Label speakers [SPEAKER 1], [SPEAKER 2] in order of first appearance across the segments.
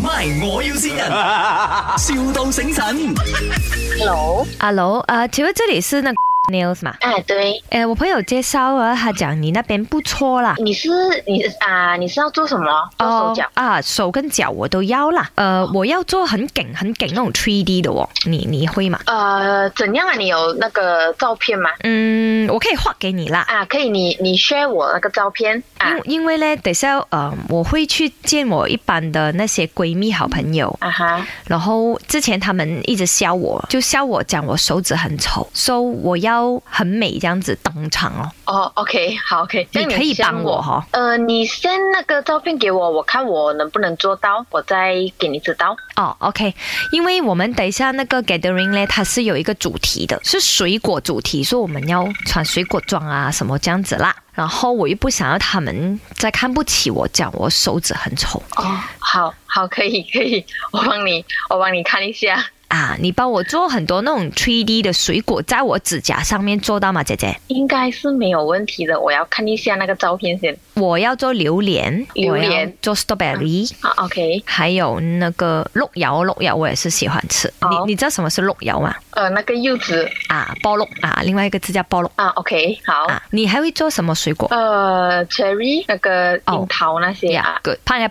[SPEAKER 1] MY，我要先人，,笑到醒神。
[SPEAKER 2] Hello，
[SPEAKER 3] 阿楼，呃，请问这里是那个 Nails 吗？
[SPEAKER 2] 哎，对，
[SPEAKER 3] 呃，我朋友介绍啊，他讲你那边不错啦。
[SPEAKER 2] 你是你啊，你是要做什么？做嗯手脚？哦
[SPEAKER 3] 啊，手跟脚我都要啦。呃，我要做很梗很梗那种 3D 的哦，你你会吗？
[SPEAKER 2] 呃，怎样啊？你有那个照片吗？
[SPEAKER 3] 嗯，我可以画给你啦。
[SPEAKER 2] 啊，可以你，你 share 我那个照片啊
[SPEAKER 3] 因因为呢，等一下呃，我会去见我一般的那些闺蜜好朋友，
[SPEAKER 2] 啊哈，
[SPEAKER 3] 然后之前他们一直笑我，就笑我讲我手指很丑，说、我要很美这样子登场哦。
[SPEAKER 2] 哦，OK，好，OK，这
[SPEAKER 3] 你
[SPEAKER 2] 样
[SPEAKER 3] 可以
[SPEAKER 2] send
[SPEAKER 3] 帮我哈
[SPEAKER 2] 呃，你 send 那个照片给我，我看我能不能做到，我再给你指导。
[SPEAKER 3] 哦，OK，因为我们等一下那个 gathering 呢，它是有一个主题的，是水果主题，所以我们要穿水果装啊什么这样子啦。然后我又不想要他们再看不起我，讲我手指很丑
[SPEAKER 2] 哦，好好，可以 可以，我帮你，我帮你看一下。
[SPEAKER 3] 啊！你帮我做很多那种 3D 的水果在我指甲上面做到吗，姐姐？
[SPEAKER 2] 应该是没有问题的，我要看一下那个照片先。
[SPEAKER 3] 我要做榴莲，
[SPEAKER 2] 榴莲
[SPEAKER 3] 我要做 strawberry，、
[SPEAKER 2] 啊，OK，
[SPEAKER 3] 还有那个鹿窑，鹿窑我也是喜欢吃。
[SPEAKER 2] 好
[SPEAKER 3] 你你知道什么是鹿窑吗？
[SPEAKER 2] 呃，那个柚子
[SPEAKER 3] 啊，包鹿啊，另外一个字叫包鹿
[SPEAKER 2] 啊，OK，好。
[SPEAKER 3] 啊。你还会做什么水果？
[SPEAKER 2] 呃，cherry 那个
[SPEAKER 3] 哦
[SPEAKER 2] 樱桃那些啊
[SPEAKER 3] good pineapple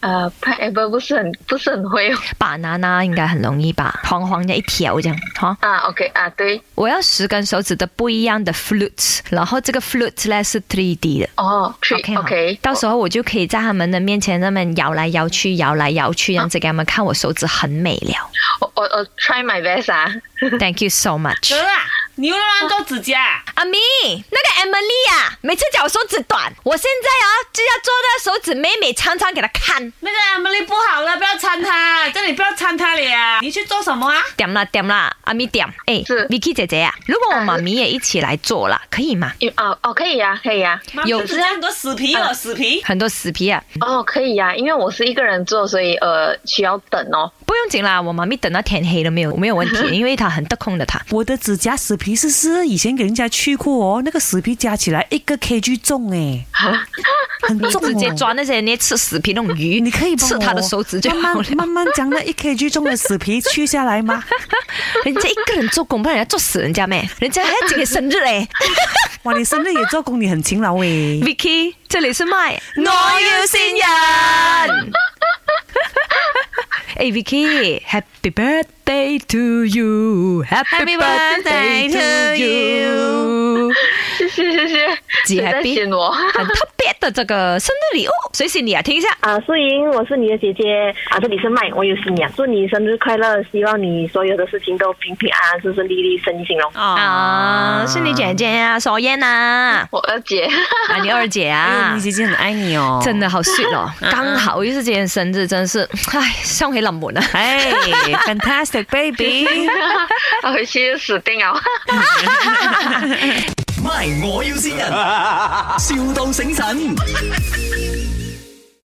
[SPEAKER 2] 呃，pineapple 不是很不是很会哦
[SPEAKER 3] banana 应该很容易吧，黄黄的一条这样哈。
[SPEAKER 2] 啊，OK 啊，对，
[SPEAKER 3] 我要十根手指的不一样的 flute，然后这个 flute 呢是 3D 的。
[SPEAKER 2] 哦，tree
[SPEAKER 3] OK，, 到时候我就可以在他们的面前那么摇来摇去，摇来摇去，这样子给他们看我手指很美 了。
[SPEAKER 2] 我我我 try my best 啊，
[SPEAKER 3] Thank you so much
[SPEAKER 4] 得。啊啦，你又乱做指甲，
[SPEAKER 3] 阿咪，那个 Emily 啊，每次讲我手指短，我现在啊就要做那手指美美长长给她看。
[SPEAKER 4] 那个 Emily 不好了，不要掺他，叫你不要掺他了。你去做什么啊？
[SPEAKER 3] 点啦点啦，阿咪点，哎、
[SPEAKER 2] 是
[SPEAKER 3] Vicky 姐姐啊，如果我妈咪也一起来做啦，可以吗？
[SPEAKER 2] 因哦哦可以呀、可以呀、
[SPEAKER 3] 有
[SPEAKER 5] 啊
[SPEAKER 4] 只是很多死皮哦，死皮。
[SPEAKER 3] 很多死皮啊，
[SPEAKER 2] 哦可以呀、因为我是一个人做，所以呃需要等哦。
[SPEAKER 3] 不用紧啦，我妈咪等到天黑了没有没有问题，因为她很得空的她。
[SPEAKER 5] 我的指甲死皮是是以前给人家去过哦，那个死皮加起来一个 kg 重哎，
[SPEAKER 4] 啊
[SPEAKER 5] 很
[SPEAKER 3] 你
[SPEAKER 5] 重、哦，
[SPEAKER 3] 直接抓那些人家吃死皮那种鱼，
[SPEAKER 5] 你可以帮
[SPEAKER 3] 吃
[SPEAKER 5] 我
[SPEAKER 3] 她的手指就
[SPEAKER 5] 慢
[SPEAKER 3] 好了。
[SPEAKER 5] 慢慢慢将那一 kg 重的死皮去下 来吗？
[SPEAKER 3] 人家一个人做工，不然人家做死人家咩？人家还要今天生日嘞
[SPEAKER 5] 哇，你生日也做工，你很勤劳诶。
[SPEAKER 3] 哎，Vicky，这里是麦，我要新人。哎，Vicky，Happy birthday to you，Happy
[SPEAKER 4] Happy birthday to
[SPEAKER 3] you，
[SPEAKER 2] 谢谢谢谢，
[SPEAKER 3] 姐
[SPEAKER 2] 谁在
[SPEAKER 3] happy
[SPEAKER 2] 选我？
[SPEAKER 3] 很特别的这个生日礼物，随喜你啊，听一下。
[SPEAKER 6] 啊，素英，我是你的姐姐啊，这里是麦，我有新娘，祝你生日快乐，希望你所有的事情都平平安安、顺顺利利、生意兴隆。
[SPEAKER 5] 哦
[SPEAKER 3] 啊，是你姐姐啊，小燕啊，
[SPEAKER 2] 我二姐，
[SPEAKER 3] 啊，你二姐
[SPEAKER 5] 哎
[SPEAKER 3] 啊
[SPEAKER 5] 你。姐姐很爱你哦，
[SPEAKER 3] 真的好 sweet 哦，刚好又是今天生日，真的是，唉，上回冷门啊。
[SPEAKER 5] 哎，fantastic baby。
[SPEAKER 2] 她回去就死定了。
[SPEAKER 1] MY，我要先人，,笑到醒神。